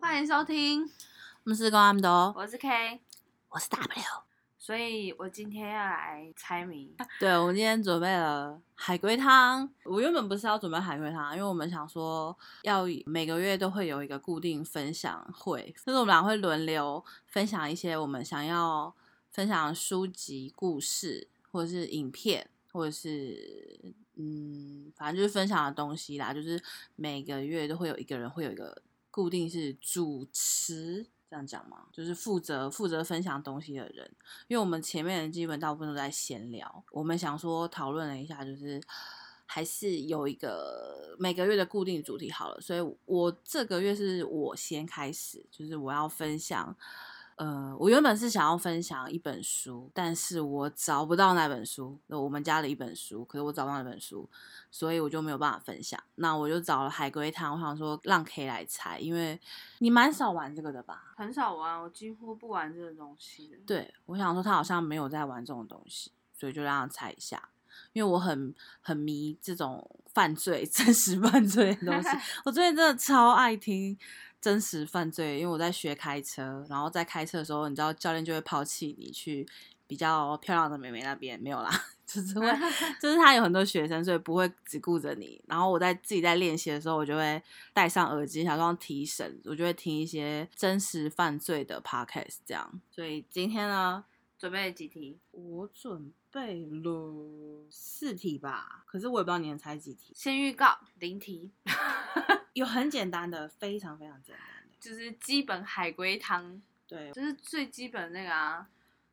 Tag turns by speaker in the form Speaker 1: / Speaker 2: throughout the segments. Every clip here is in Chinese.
Speaker 1: 欢迎收听，
Speaker 2: 我们是高阿姆的哦，
Speaker 1: 我是 K。
Speaker 2: 我是 W。
Speaker 1: 所以我今天要来猜谜，
Speaker 2: 对，我们今天准备了海龟汤。我原本不是要准备海龟汤，因为我们想说要每个月都会有一个固定分享会，就是我们俩会轮流分享一些我们想要分享的书籍、故事，或者是影片，或者是嗯，反正就是分享的东西啦。就是每个月都会有一个人会有一个固定是主持。这样讲吗？就是负责负责分享东西的人，因为我们前面基本大部分都在闲聊，我们想说讨论了一下，就是还是有一个每个月的固定主题好了，所以我这个月是我先开始，就是我要分享。呃，我原本是想要分享一本书，但是我找不到那本书，我们家的一本书，可是我找不到那本书，所以我就没有办法分享。那我就找了海龟汤，我想说让 K 来猜，因为你蛮少玩这个的吧？
Speaker 1: 很少玩，我几乎不玩这个东西的。
Speaker 2: 对，我想说他好像没有在玩这种东西，所以就让他猜一下。因为我很很迷这种犯罪、 真实犯罪的 东西，我最近真的超爱听真实犯罪，因为我在学开车，然后在开车的时候，你知道教练就会抛弃你去比较漂亮的美眉那边，没有啦，就是 会，就是他有很多学生，所以不会只顾着你。然后我在自己在练习的时候，我就会戴上耳机，假装提神，我就会听一些真实犯罪的 podcast 这样。所以今天呢，
Speaker 1: 准备了几题？
Speaker 2: 我准备了四题吧，可是我也不知道你能猜几题。
Speaker 1: 先预告零题，
Speaker 2: 有很简单的，非常非常简单的。
Speaker 1: 就是基本海龟汤，
Speaker 2: 对，
Speaker 1: 就是最基本那个啊，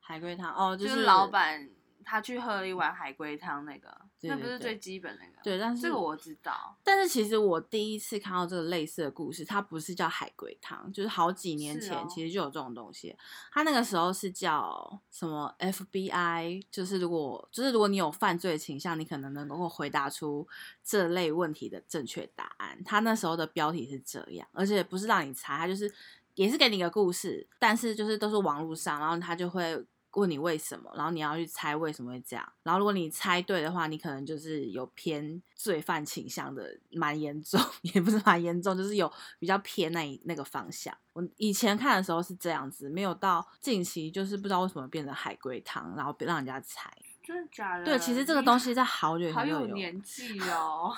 Speaker 2: 海龟汤哦，
Speaker 1: 就是老。板他去喝了一碗海龟汤那个，
Speaker 2: 对
Speaker 1: 那
Speaker 2: 对
Speaker 1: 不
Speaker 2: 对
Speaker 1: 是最基本那个。
Speaker 2: 对，但是
Speaker 1: 这个我知道，
Speaker 2: 但是其实我第一次看到这个类似的故事，它不是叫海龟汤，就是好几年
Speaker 1: 是
Speaker 2: 前
Speaker 1: 哦
Speaker 2: 其实就有这种东西。它那个时候是叫什么 FBI，就是如果就是如果你有犯罪倾向，你可能能够回答出这类问题的正确答案。它那时候的标题是这样，而且不是让你猜，它就是也是给你一个故事，但是就是都是网络上，然后他就会。问你为什么，然后你要去猜为什么会这样。然后如果你猜对的话，你可能就是有偏罪犯倾向的，蛮严重， 也不是蛮严重，就是有比较偏那一那个方向。我以前看的时候是这样子，没有到近期就是不知道为什么变成海龟汤，然后让人家猜。
Speaker 1: 真的假的？
Speaker 2: 对，其实这个
Speaker 1: 你
Speaker 2: 东西在好久以
Speaker 1: 好
Speaker 2: 前就
Speaker 1: 有
Speaker 2: 有
Speaker 1: 年纪 哦，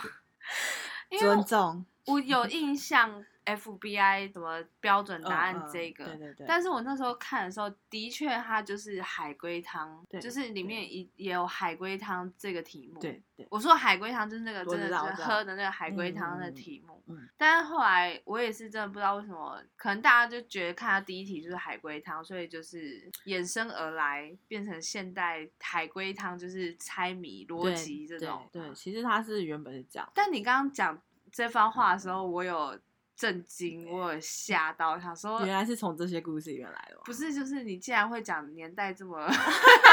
Speaker 1: 因为
Speaker 2: 尊重
Speaker 1: 我有印象 FBI 什么标准答
Speaker 2: 嗯
Speaker 1: 案
Speaker 2: 嗯
Speaker 1: 这个，
Speaker 2: 对对对，
Speaker 1: 但是我那时候看的时候，的确它就是海龟汤，
Speaker 2: 对
Speaker 1: 就是里面
Speaker 2: 对
Speaker 1: 也也有海龟汤这个题目。，
Speaker 2: 对对，
Speaker 1: 我说海龟汤就是那个
Speaker 2: 我
Speaker 1: 真的
Speaker 2: 知道我
Speaker 1: 就是
Speaker 2: 知道嗯
Speaker 1: 喝的那个海龟汤的题目。
Speaker 2: 嗯嗯嗯
Speaker 1: 但是后来我也是真的不知道为什么，可能大家就觉得看到第一题就是海龟汤，所以就是衍生而来变成现代海龟汤，就是猜谜逻
Speaker 2: 对
Speaker 1: 辑这种。
Speaker 2: 对，对，其实它是原本是这样。
Speaker 1: 但你刚刚讲这番话的时候，我有震惊，我有吓到，想说
Speaker 2: 原来是从这些故事里面来的吗，
Speaker 1: 不是，就是你竟然会讲年代 这么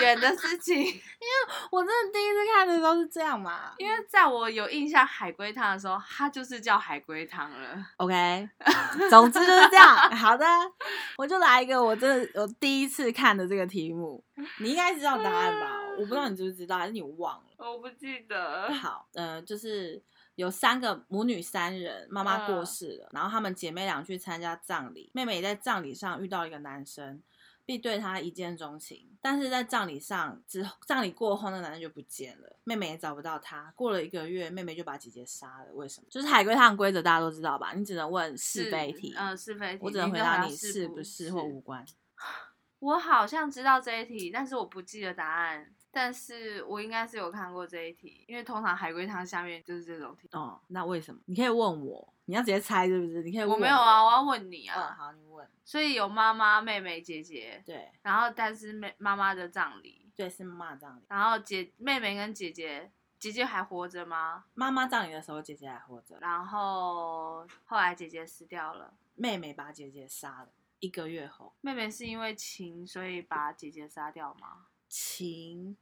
Speaker 1: 远的事情，
Speaker 2: 我真的第一次看的时候是这样嘛？
Speaker 1: 因为在我有印象海龟汤的时候，它就是叫海龟汤了。
Speaker 2: OK，总 之就是这样。好的，我就来一个我真的我第一次看的这个题目，你应该知道答案吧？我不知道你知不知道，还是你忘了？
Speaker 1: 我不记 得，
Speaker 2: 好，呃，就是有三个母女三人，妈妈过
Speaker 1: 嗯
Speaker 2: 世了，然后她们姐妹俩去参加葬礼，妹妹也在葬礼上遇到一个男生，并对他一见钟情，但是在葬礼上之后，葬礼过后，那个男生就不见了，妹妹也找不到他。过了一个月，妹妹就把姐姐杀了，为什么？就是海龟汤规则大家都知道吧？你只能问是非题，
Speaker 1: 嗯，是非题，
Speaker 2: 我只能
Speaker 1: 你
Speaker 2: 回
Speaker 1: 就
Speaker 2: 答
Speaker 1: 要
Speaker 2: 你是不是或无关。
Speaker 1: 我好像知道这一题，但是我不记得答案。但是我应该是有看过这一题，因为通常海龟汤下面就是这种题。
Speaker 2: 哦，那为什么？你可以问我，你要直接猜是不是？你可以问
Speaker 1: 我没有啊，
Speaker 2: 我
Speaker 1: 我要问你
Speaker 2: 嗯，
Speaker 1: 啊。
Speaker 2: 好，你问。
Speaker 1: 所以有妈妈、妹妹、姐姐，
Speaker 2: 对
Speaker 1: 然后但是妹妈妈的葬礼，
Speaker 2: 对，是妈妈葬礼。
Speaker 1: 然后姐妹妹跟姐姐，姐姐还活着吗？
Speaker 2: 妈妈葬礼的时候，姐姐还活着，
Speaker 1: 然后后来姐姐死掉了，
Speaker 2: 妹妹把姐姐杀了。一个月后，
Speaker 1: 妹妹是因为情所以把姐姐杀掉吗？
Speaker 2: 情，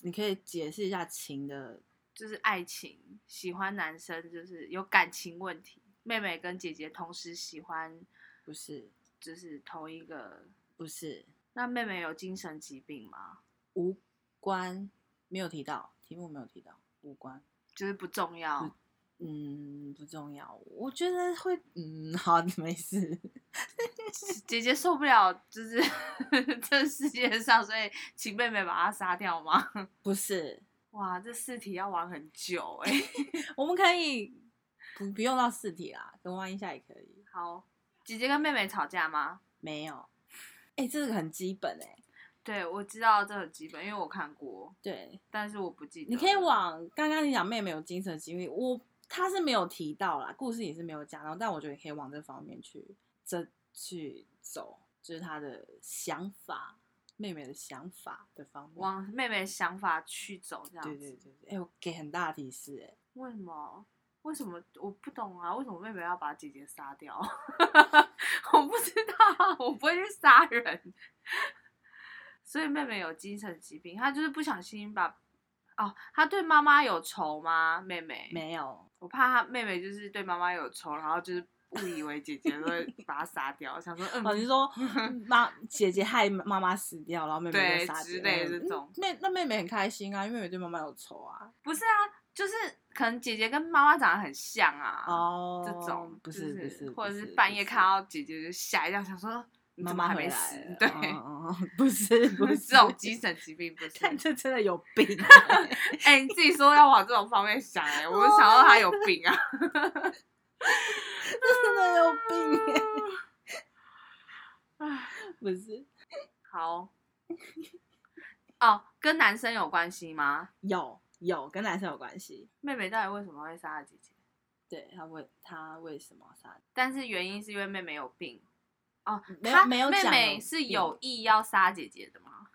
Speaker 2: 你可以解释一下情的
Speaker 1: 就是爱情，喜欢男生就是有感情问题。妹妹跟姐姐同时喜欢，
Speaker 2: 不是
Speaker 1: 就是同一个。
Speaker 2: 不是
Speaker 1: 那妹妹有精神疾病吗？
Speaker 2: 无关，没有提到题目没有提到无关，
Speaker 1: 就是不重要
Speaker 2: 嗯，嗯，不重要。我觉得会，嗯，好， 没事。
Speaker 1: 姐姐受不了，就是 这世界上，所以请妹妹把她杀掉吗？
Speaker 2: 不是，
Speaker 1: 哇，这四题要玩很久哎、
Speaker 2: 我们可以不不用到四题啦，跟弯一下也可以。
Speaker 1: 好，姐姐跟妹妹吵架吗？
Speaker 2: 没有，哎、这个很基本哎、
Speaker 1: 对，我知道这很基本，因为我看过，
Speaker 2: 对，
Speaker 1: 但是我不记得。
Speaker 2: 你可以往刚刚你讲妹妹有精神疾病，我他是没有提到啦，故事也是没有讲到，但我觉得你可以往这方面去这去走，就是他的想法，妹妹的想法的方面。
Speaker 1: 往妹妹想法去走，这样子。
Speaker 2: 对对对对，哎、我给很大的提示、哎，
Speaker 1: 为什么？为什么我不懂啊？为什么妹妹要把姐姐杀掉？ 我不知道，我不会去杀人。所以妹妹有精神疾病，她就是不小心把哦，她对妈妈有仇吗？妹妹，
Speaker 2: 没有，
Speaker 1: 我怕她妹妹就是对妈妈有仇，然后就是误以为姐姐会把她杀掉，想说
Speaker 2: 哦，
Speaker 1: 嗯，
Speaker 2: 你是 说妈姐姐害妈妈死掉，然后妹妹
Speaker 1: 对
Speaker 2: 就杀
Speaker 1: 之
Speaker 2: 掉
Speaker 1: 类
Speaker 2: 嗯
Speaker 1: 这种，
Speaker 2: 妹那妹妹很开心啊，因为妹妹对妈妈有仇啊。
Speaker 1: 不是啊，就是可能姐姐跟妈妈长得很像啊。
Speaker 2: 哦，
Speaker 1: 这种，
Speaker 2: 不
Speaker 1: 就是
Speaker 2: 不是，
Speaker 1: 或者
Speaker 2: 不
Speaker 1: 是
Speaker 2: 不
Speaker 1: 半夜
Speaker 2: 是
Speaker 1: 看到姐姐就吓一跳，想说你
Speaker 2: 妈
Speaker 1: 怎么
Speaker 2: 妈
Speaker 1: 还
Speaker 2: 回
Speaker 1: 没
Speaker 2: 来
Speaker 1: 死
Speaker 2: 了，
Speaker 1: 对，
Speaker 2: 嗯 嗯嗯不是不是
Speaker 1: 这种精，神疾病不是。
Speaker 2: 看这真的有 病欸、
Speaker 1: 哎、你自己说要往这种方面想、哎，我想到他有病啊。
Speaker 2: 真的有病、欸， 不是
Speaker 1: 好，哦，跟男生有关系吗？
Speaker 2: 有有跟男生有关系，
Speaker 1: 妹妹到底为什么会杀了姐姐？
Speaker 2: 对他为他为什么要杀你？
Speaker 1: 但是原因是因为妹妹有病。哦，
Speaker 2: 嗯没
Speaker 1: 她
Speaker 2: 有没有
Speaker 1: 妹
Speaker 2: 讲
Speaker 1: 妹
Speaker 2: 有
Speaker 1: 是
Speaker 2: 病
Speaker 1: 有意要杀姐姐的吗？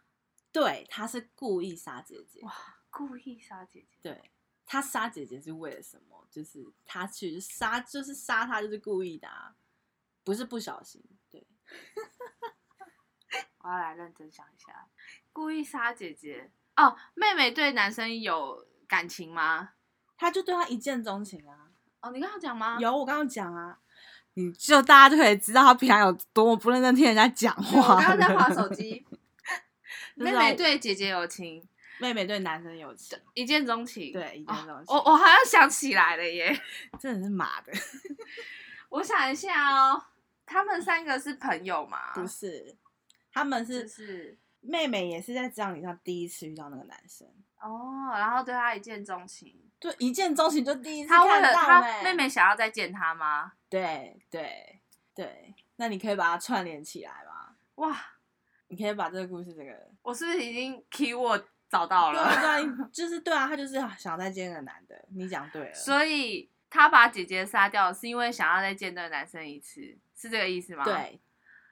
Speaker 2: 对，他是故意杀姐姐，
Speaker 1: 哇，故意杀姐姐。
Speaker 2: 对他杀姐姐是为了什么？就是他去杀，就是杀他就是故意的、啊，不是不小心，对，
Speaker 1: 我要来认真想一下，故意杀姐姐哦，妹妹对男生有感情吗？
Speaker 2: 他就对他一见钟情啊。
Speaker 1: 哦，你刚刚讲吗？
Speaker 2: 有，我刚刚讲啊，你就大家就可以知道他平常有多么不认真听人家讲
Speaker 1: 对，我
Speaker 2: 话。
Speaker 1: 刚刚在 划手，机。
Speaker 2: 不
Speaker 1: 妹
Speaker 2: 知道
Speaker 1: 妹对姐姐有情，
Speaker 2: 妹妹对男生有情，
Speaker 1: 一见钟情。
Speaker 2: 对一见钟
Speaker 1: 哦
Speaker 2: 情
Speaker 1: 我我好像想起来了耶，
Speaker 2: 真的是妈的，
Speaker 1: 我想一下哦，他们三个是朋友吗？
Speaker 2: 不，是，他们
Speaker 1: 啊就是是
Speaker 2: 妹妹也是在职场里上第一次遇到那个男生，
Speaker 1: 哦，然后对他一见钟情。
Speaker 2: 对，一见钟情就第一次
Speaker 1: 他为
Speaker 2: 看
Speaker 1: 了
Speaker 2: 到
Speaker 1: 他
Speaker 2: 欸
Speaker 1: 妹，妹想要再见他吗？
Speaker 2: 对对对，那你可以把它串联起来吗？
Speaker 1: 哇，
Speaker 2: 你可以把这个故事这个。
Speaker 1: 我是不是已经 keyword 找到
Speaker 2: 对
Speaker 1: 了？
Speaker 2: 啊，对啊，就是对啊，他就是想再见那个男的，你讲对了，
Speaker 1: 所以他把姐姐杀掉，是因为想要再见那个男生一次，是这个意思吗？，
Speaker 2: 对，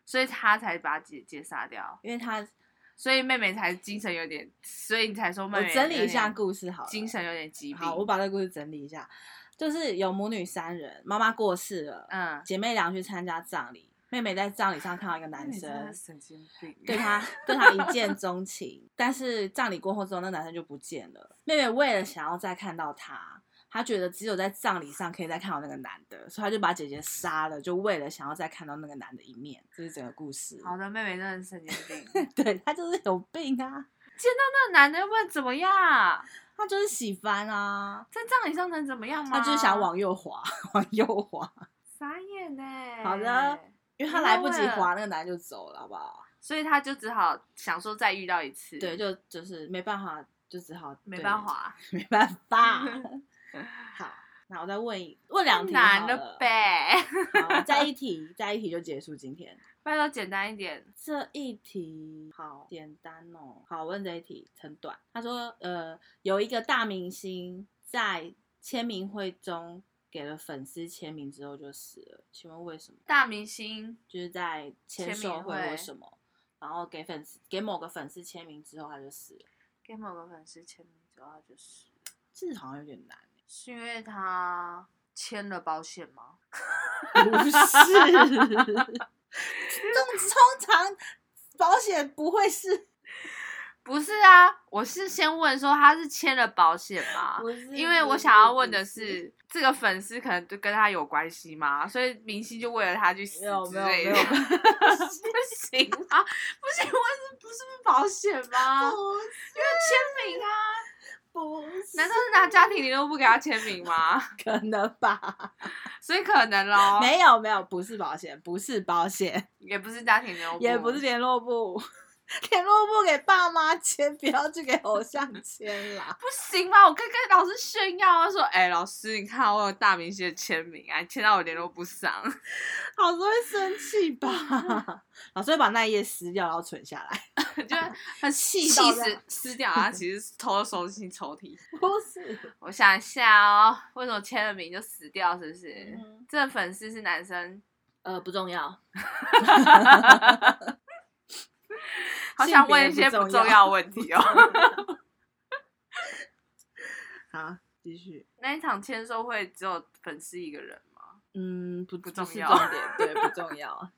Speaker 1: 所以他才把姐姐杀掉，
Speaker 2: 因为他
Speaker 1: 所以妹妹才精神有点，所以你才说妹
Speaker 2: 我
Speaker 1: 妹
Speaker 2: 整理一下
Speaker 1: 有点
Speaker 2: 故事好了，
Speaker 1: 精神有点疾病。
Speaker 2: 好，我把这个故事整理一下，就是有母女三人，妈妈过世了，啊
Speaker 1: 嗯，
Speaker 2: 姐妹俩去参加葬礼，妹妹在葬礼上看到一个男
Speaker 1: 妹妹真
Speaker 2: 生
Speaker 1: 的，神经病，
Speaker 2: 对 他对他一见钟情，但是葬礼过后之后，那男生就不见了。妹妹为了想要再看到他，她觉得只有在葬礼上可以再看到那个男的，所以她就把姐姐杀了，就为了想要再看到那个男的一面。这是整个故事。
Speaker 1: 好的，妹妹真的是神经病。
Speaker 2: 对他就是有病啊，
Speaker 1: 那男的又不能怎么样，
Speaker 2: 他就是喜欢啊，
Speaker 1: 在葬礼上能怎么样吗？
Speaker 2: 他就是想往右滑， 往右滑。
Speaker 1: 傻眼呢、
Speaker 2: 好的，因为他
Speaker 1: 因为
Speaker 2: 来不及
Speaker 1: 为了
Speaker 2: 滑，那个男就走了，好不好？
Speaker 1: 所以他就只好想说再遇到一次，
Speaker 2: 对，就就是没办法，就只好
Speaker 1: 没
Speaker 2: 对
Speaker 1: 办，法，
Speaker 2: 没办 法。好，那我再问一问两题好
Speaker 1: 难
Speaker 2: 了
Speaker 1: 了，呗。
Speaker 2: 好，再一题，再一题就结束今天。
Speaker 1: 拜托简单一点。
Speaker 2: 这一题好简单哦。好，我问这一题很短。他说，呃，有一个大明星在签名会中给了粉丝签名之后就死了，请问为什么？
Speaker 1: 大明星
Speaker 2: 就是在签
Speaker 1: 签
Speaker 2: 售
Speaker 1: 名
Speaker 2: 会
Speaker 1: 会
Speaker 2: 或什么，然后给粉丝给某个粉丝签名之后他就死了，
Speaker 1: 给某个粉丝签名之后，他就是
Speaker 2: 这好像有点难欸。
Speaker 1: 是因为他签了保险吗？
Speaker 2: 不 是，通通常保险不会是，
Speaker 1: 不是啊，我是先问说他是签了保险吗？
Speaker 2: 是
Speaker 1: 啊因为我想要问的，是，这个粉丝可能就跟他有关系吗？所以明星就为了他去死
Speaker 2: 没有
Speaker 1: 之
Speaker 2: 没有
Speaker 1: 类的，
Speaker 2: 没有
Speaker 1: 不行 啊，不行，我是不是不是保险吗？因为签名啊，
Speaker 2: 不不是
Speaker 1: 难道是拿家庭联络簿给他签名吗？
Speaker 2: 可能吧？
Speaker 1: 所以可能咯，
Speaker 2: 没有没有，不是保险，不是保险，
Speaker 1: 也不是家庭联络簿，
Speaker 2: 也不是联络簿， 联络簿给爸妈签，不要去给偶像签啦。
Speaker 1: 不行吗？我可以跟老师炫耀啊，说，哎、老师，你看我有大明星的签名啊，签到我联络簿上。
Speaker 2: 老师会生气吧？ 老师会把那一页撕掉，然后存下来。
Speaker 1: 就是很气
Speaker 2: 气到这
Speaker 1: 气死
Speaker 2: 样
Speaker 1: 撕掉，然后其实偷收进抽屉。
Speaker 2: 不是，
Speaker 1: 我想一下哦，为什么签了名就死掉？是不是？
Speaker 2: 嗯
Speaker 1: 这粉丝是男生，
Speaker 2: 呃，不重 要。
Speaker 1: 好想问一些不重要的问题哦。
Speaker 2: 好，继续。
Speaker 1: 那一场签售会只有粉丝一个人吗？
Speaker 2: 嗯，不不
Speaker 1: 不
Speaker 2: 是
Speaker 1: 重要
Speaker 2: 重点，对， 不重要。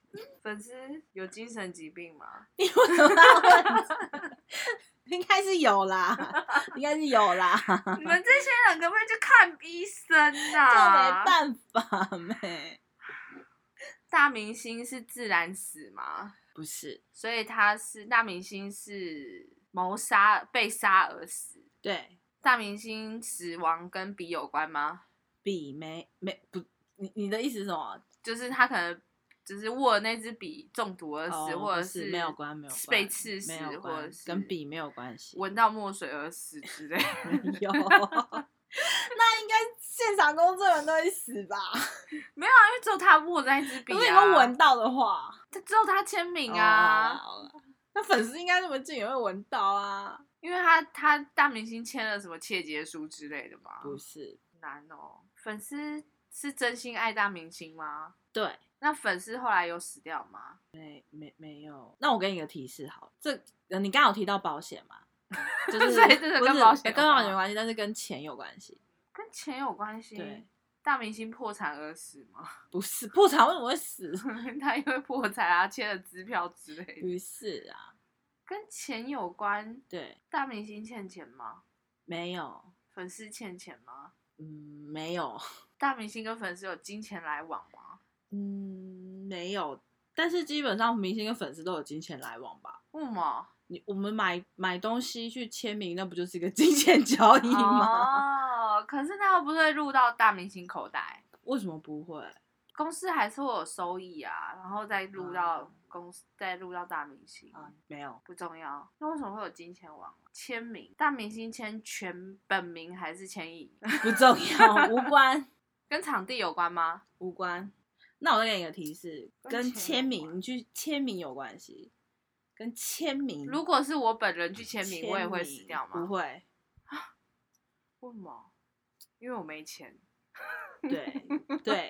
Speaker 1: 粉丝有精神疾病 吗？
Speaker 2: 你为什么要问这？应该是有啦，应该是有啦， 就
Speaker 1: 你们这些人可不可以去看医生啊？
Speaker 2: 没办法没。
Speaker 1: 大明星是自然死吗？
Speaker 2: 不是，
Speaker 1: 所以他是大明星是谋杀被杀而死。
Speaker 2: 对，
Speaker 1: 大明星死亡跟笔有关吗？
Speaker 2: 笔没没不，你你的意思是什么？
Speaker 1: 就是他可能就是握那支笔中毒而呃死，
Speaker 2: 哦
Speaker 1: 或者
Speaker 2: 不是没有关，没有关，
Speaker 1: 被刺死
Speaker 2: 没有，
Speaker 1: 或者
Speaker 2: 关
Speaker 1: 是
Speaker 2: 跟笔没有关系。
Speaker 1: 闻到墨水而死之类。
Speaker 2: 没有，那应该现场工作人员都会死 吧？
Speaker 1: 没有啊，因为只有他握在那支笔
Speaker 2: 如果你
Speaker 1: 啊，
Speaker 2: 们闻到的话，
Speaker 1: 他只有他签名
Speaker 2: 哦
Speaker 1: 啊，
Speaker 2: 好啦好啦那粉丝应该那么近也会闻到啊？
Speaker 1: 因为他他大明星签了什么切结书之类的嘛，
Speaker 2: 不是，
Speaker 1: 难哦。粉丝是真心爱大明星吗？
Speaker 2: 对，
Speaker 1: 那粉丝后来有死掉吗？
Speaker 2: 没没有。那我给你个提示好了，这呃你刚好提到保险嘛，就是
Speaker 1: 所以这个
Speaker 2: 不
Speaker 1: 跟
Speaker 2: 是
Speaker 1: 保险有
Speaker 2: 跟保
Speaker 1: 关
Speaker 2: 险
Speaker 1: 吗
Speaker 2: 有关系，但是跟钱有关系。
Speaker 1: 跟钱有关系
Speaker 2: 对？
Speaker 1: 大明星破产而死吗？
Speaker 2: 不是破产为什么会死？
Speaker 1: 他因为破产啊，签了支票之类的，
Speaker 2: 不是啊，
Speaker 1: 跟钱有关。
Speaker 2: 对，
Speaker 1: 大明星欠钱吗？
Speaker 2: 没有，
Speaker 1: 粉丝欠钱吗？
Speaker 2: 嗯，没有，
Speaker 1: 大明星跟粉丝有金钱来往吗？
Speaker 2: 嗯，没有。但是基本上明星跟粉丝都有金钱来往吧？
Speaker 1: 为什么？
Speaker 2: 你我们买买东西去签名，那不就是一个金钱交易吗？
Speaker 1: 哦，可是那又不会入到大明星口袋，
Speaker 2: 为什么不会？
Speaker 1: 公司还是会有收益啊，然后再
Speaker 2: 嗯
Speaker 1: 入到公司，再入到大明星。
Speaker 2: 啊，没有，
Speaker 1: 不重要，那为什么会有金钱网签名？大明星签全本名还是签艺名？
Speaker 2: 不重要，无关，
Speaker 1: 跟场地有关吗？
Speaker 2: 无关。那我再给你一个提示，
Speaker 1: 跟
Speaker 2: 跟
Speaker 1: 钱有
Speaker 2: 签
Speaker 1: 关
Speaker 2: 名，你去签名有关系，跟签名。
Speaker 1: 如果是我本人去签名，
Speaker 2: 签
Speaker 1: 我也会死掉吗？
Speaker 2: 不 会，
Speaker 1: 为什么？因为我没钱，
Speaker 2: 对对，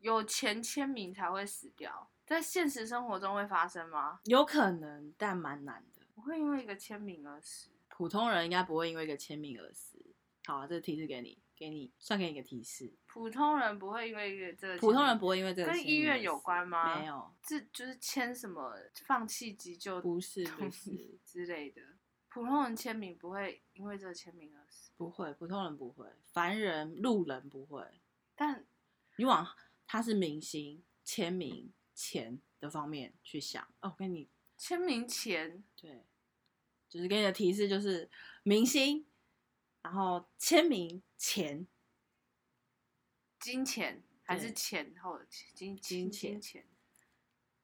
Speaker 1: 有钱签名才会死掉，在现实生活中会发生吗？
Speaker 2: 有可能，但蛮难的。
Speaker 1: 我会因为一个签名而死。
Speaker 2: 普通人应该不会因为一个签名而死。好、啊，这个提示给你，给你算给你一个提示，
Speaker 1: 普通人不会因为一个这个签名，
Speaker 2: 普通人不会因为这个
Speaker 1: 跟
Speaker 2: 签
Speaker 1: 医
Speaker 2: 名
Speaker 1: 院
Speaker 2: 而
Speaker 1: 有
Speaker 2: 死
Speaker 1: 关吗
Speaker 2: 没有，
Speaker 1: 这就是签什么放弃急救
Speaker 2: 不是
Speaker 1: 同
Speaker 2: 不
Speaker 1: 意
Speaker 2: 是。
Speaker 1: 之类的。普通人签名不会因为这个签名而死，
Speaker 2: 不会，普通人不会，凡人、路人不会。
Speaker 1: 但
Speaker 2: 你往他是明星、签名、钱的方面去想。哦，我跟你
Speaker 1: 签名前
Speaker 2: 对，就是给你的提示就是明星，然后签名、钱，
Speaker 1: 金钱还是
Speaker 2: 对
Speaker 1: 钱后的钱金
Speaker 2: 金
Speaker 1: 金
Speaker 2: 钱
Speaker 1: 钱，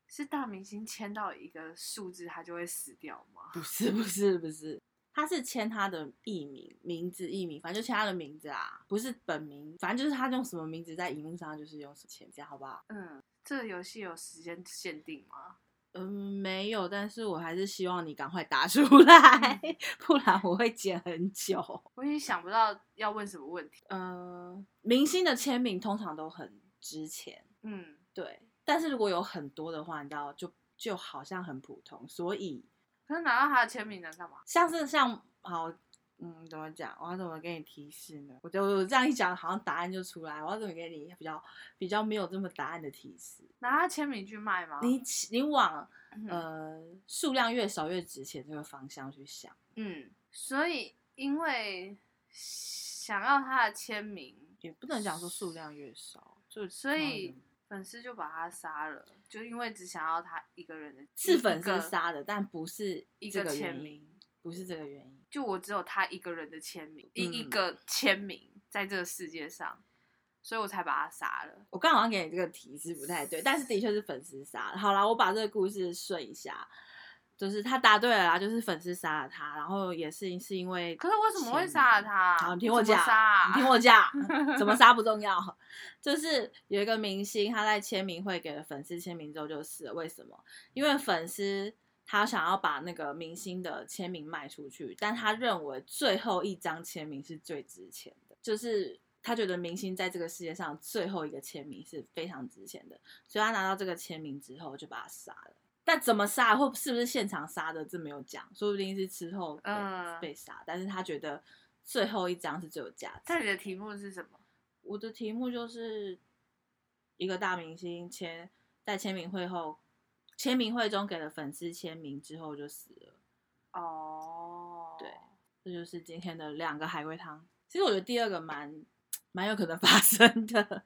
Speaker 1: 是大明星签到一个数字他就会死掉吗？
Speaker 2: 不是不是不是，他是签他的艺名、名字、艺名，反正就签他的名字啊，不是本名，反正就是他用什么名字在荧幕上就是用什么钱，这样好不好？
Speaker 1: 嗯，这个游戏有时间限定吗？
Speaker 2: 嗯，没有，但是我还是希望你赶快答出来， 不然我会剪很久。
Speaker 1: 我已经想不到要问什么问题。
Speaker 2: 呃，明星的签名通常都很值钱，
Speaker 1: 嗯，
Speaker 2: 对。但是如果有很多的话，你知道，就就好像很普通。所以，
Speaker 1: 可是拿到他的签名能干嘛？
Speaker 2: 像是像好，嗯，怎么讲？我要怎么给你提示呢？我就我这样一讲，好像答案就出来。我要怎么给你比较比较没有这么答案的提示？
Speaker 1: 拿他签名去卖吗？
Speaker 2: 你你往
Speaker 1: 嗯
Speaker 2: 呃数量越少越值钱这个方向去想，
Speaker 1: 嗯，所以因为想要他的签名，
Speaker 2: 也不能讲说数量越少，就
Speaker 1: 所以
Speaker 2: 嗯
Speaker 1: 粉丝就把他杀了，就因为只想要他一个人的
Speaker 2: 是粉
Speaker 1: 一
Speaker 2: 丝
Speaker 1: 个
Speaker 2: 杀的，但不是
Speaker 1: 一
Speaker 2: 这
Speaker 1: 个
Speaker 2: 个
Speaker 1: 签
Speaker 2: 原因
Speaker 1: 名。
Speaker 2: 不不是这个原因。
Speaker 1: 就我只有他一个人的签名，一、
Speaker 3: 嗯
Speaker 1: 一个签名在这个世界上，所以我才把他杀了。
Speaker 2: 我刚好像给你这个提示不太对，但是的确是粉丝杀了。好啦，我把这个故事顺一下，就是他答对了啦，就是粉丝杀了他，然后也是是因为
Speaker 1: 可是为什么会杀了
Speaker 2: 他？
Speaker 1: 他？
Speaker 2: 好，你听我
Speaker 1: 怎
Speaker 2: 讲，
Speaker 1: 么杀啊、
Speaker 2: 你听我讲，怎么杀不重要，就是有一个明星他在签名会给了粉丝签名之后就死了，为什么？因为粉丝他想要把那个明星的签名卖出去，但他认为最后一张签名是最值钱的，就是他觉得明星在这个世界上最后一个签名是非常值钱的，所以他拿到这个签名之后就把他杀了。但怎么杀，或是不是现场杀的，这没有讲，说不定是之后被、
Speaker 1: 嗯
Speaker 2: 被杀。但是他觉得最后一张是最有价值的。
Speaker 1: 那你的题目是什么？
Speaker 2: 我的题目就是一个大明星签在签名会后，签名会中给了粉丝签名之后就死了。
Speaker 1: 哦，
Speaker 2: 对这就是今天的两个海龟汤。其实我觉得第二个蛮蛮有可能发生的，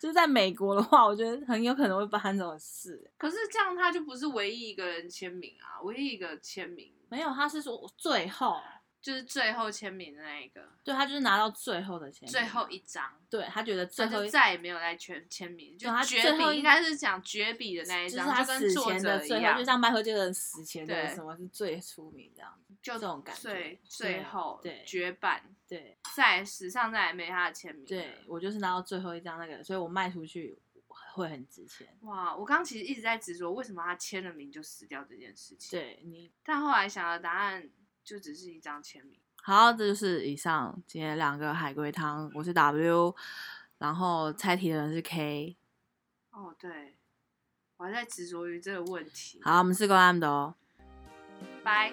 Speaker 2: 就是在美国的话，我觉得很有可能会发生这种事。
Speaker 1: 可是这样他就不是唯一一个人签名啊，唯一一个签名
Speaker 2: 没有，他是说最后，
Speaker 1: 就是最后签名的那一个，
Speaker 2: 对他就是拿到最后的签名，
Speaker 1: 最后一，张，
Speaker 2: 对他觉得
Speaker 1: 他
Speaker 2: 最后
Speaker 1: 就
Speaker 2: 一
Speaker 1: 再也没有来签签名，就
Speaker 2: 对他
Speaker 1: 绝
Speaker 2: 最后
Speaker 1: 笔
Speaker 2: 一
Speaker 1: 应该是讲绝笔的那一
Speaker 2: 就是
Speaker 1: 张，
Speaker 2: 他
Speaker 1: 跟
Speaker 2: 死
Speaker 1: 作
Speaker 2: 前的
Speaker 1: 者一
Speaker 2: 最后，
Speaker 1: 样，
Speaker 2: 就像迈克杰克逊死前的
Speaker 1: 对
Speaker 2: 什么是最出名这样子，
Speaker 1: 就
Speaker 2: 这种感觉
Speaker 1: 最
Speaker 2: 对啊
Speaker 1: 最后
Speaker 2: 对
Speaker 1: 绝版，
Speaker 2: 对。
Speaker 1: 在史上再也没他的签名了。
Speaker 2: 对我就是拿到最后一张那个，所以我卖出去会很值钱。
Speaker 1: 哇，我刚刚其实一直在执着为什么他签了名就死掉这件事情，
Speaker 2: 对你
Speaker 1: 但后来想的答案就只是一张签名。
Speaker 3: 好，这就是以上今天两个海龟汤，我是 W，然后猜题的人是 K。
Speaker 1: 哦，对，我还在执着于这个问题。
Speaker 3: 好，我们是 g l a m 的哦。
Speaker 1: 拜。